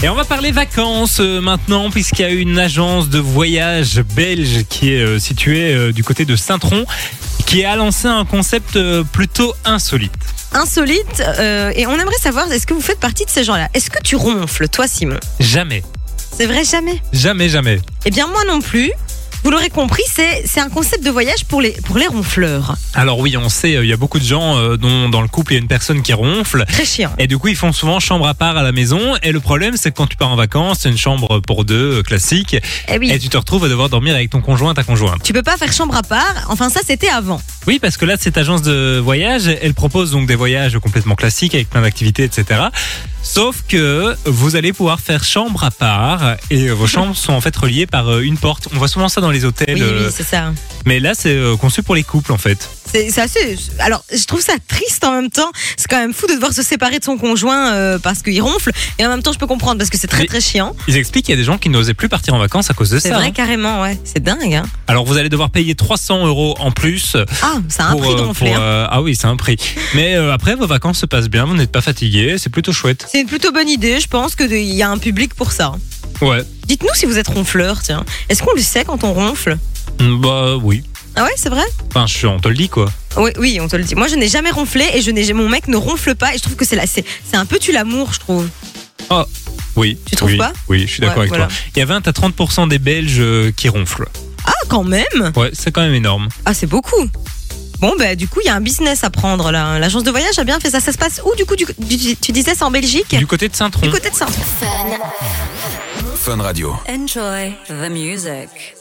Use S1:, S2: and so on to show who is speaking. S1: Et on va parler vacances euh, maintenant, puisqu'il y a une agence de voyage belge qui est euh, située euh, du côté de Saint-Tron, qui a lancé un concept euh, plutôt insolite.
S2: insolite euh, et on aimerait savoir est-ce que vous faites partie de ces gens-là Est-ce que tu ronfles, toi, Simon
S1: Jamais,
S2: C'est vrai, jamais.
S1: jamais, jamais.
S2: Eh bien, moi non plus. Vous l'aurez compris, c'est c'est un concept de voyage pour les, pour les ronfleurs.
S1: Alors oui, on sait, euh, il y a beaucoup de gens euh, dont dans le couple, il y a une personne qui ronfle.
S2: Très chiant.
S1: Et du coup, ils font souvent chambre à part à la maison. Et le problème, c'est que quand tu pars en vacances, c'est une chambre pour deux euh, classique.
S2: Eh oui.
S1: Et tu te retrouves à devoir dormir avec ton conjoint, ta conjointe.
S2: Tu peux pas faire chambre à part. Enfin, ça, c'était avant.
S1: Oui, parce que là, cette agence de voyage, elle propose donc des voyages complètement classiques avec plein d'activités, etc. Sauf que vous allez pouvoir faire chambre à part et vos chambres sont en fait reliées par euh, une porte. On voit souvent ça dans les hôtels,
S2: Oui,
S1: euh,
S2: oui, c'est ça.
S1: mais là, c'est euh, conçu pour les couples en fait.
S2: C'est c'est assez. Alors, je trouve ça triste en même temps. C'est quand même fou de devoir se séparer de son conjoint euh, parce qu'il ronfle. Et en même temps, je peux comprendre parce que c'est très,
S1: Mais-
S2: très chiant.
S1: Ils expliquent qu'il y a des gens qui n'osaient plus partir en vacances à cause de
S2: C'est
S1: ça.
S2: vrai,
S1: hein.
S2: carrément, ouais. C'est dingue, hein.
S1: Alors, vous allez devoir payer 300 euros en plus.
S2: Ah, ça a un
S1: pour,
S2: prix de
S1: euh,
S2: ronfler.
S1: pour,
S2: hein.
S1: euh, ah oui, c'est un prix. Mais euh, après, vos vacances se passent bien, vous n'êtes pas fatigué, c'est plutôt chouette.
S2: C'est une plutôt bonne idée. Je pense qu'il y a un public pour ça.
S1: Ouais,
S2: Dites-nous si vous êtes ronfleur, tiens. Est-ce qu'on le sait quand on ronfle
S1: Mm, bah oui.
S2: Ah ouais, c'est vrai
S1: Enfin, je, on te le dit quoi.
S2: oui, oui, on te le dit. Moi, je n'ai jamais ronflé et je n'ai mon mec ne ronfle pas et je trouve que c'est la- c'est c'est un peu tu l'amour, je trouve.
S1: Oui.
S2: Tu trouves
S1: oui,
S2: pas
S1: Oui, je suis d'accord
S2: Ouais,
S1: avec
S2: voilà.
S1: toi. Il y a 20 à 30% des Belges euh, qui ronflent.
S2: Ah, quand même
S1: Ouais, c'est quand même énorme.
S2: Ah, c'est beaucoup. Bon, bah, du coup, il y a un business à prendre là. hein. L'agence de voyage a bien fait ça. Ça se passe où, du coup du- du- Tu disais, c'est en Belgique
S1: Du côté de Saint-Tron.
S2: Du côté de saint
S3: Fun Radio.
S4: Enjoy the music.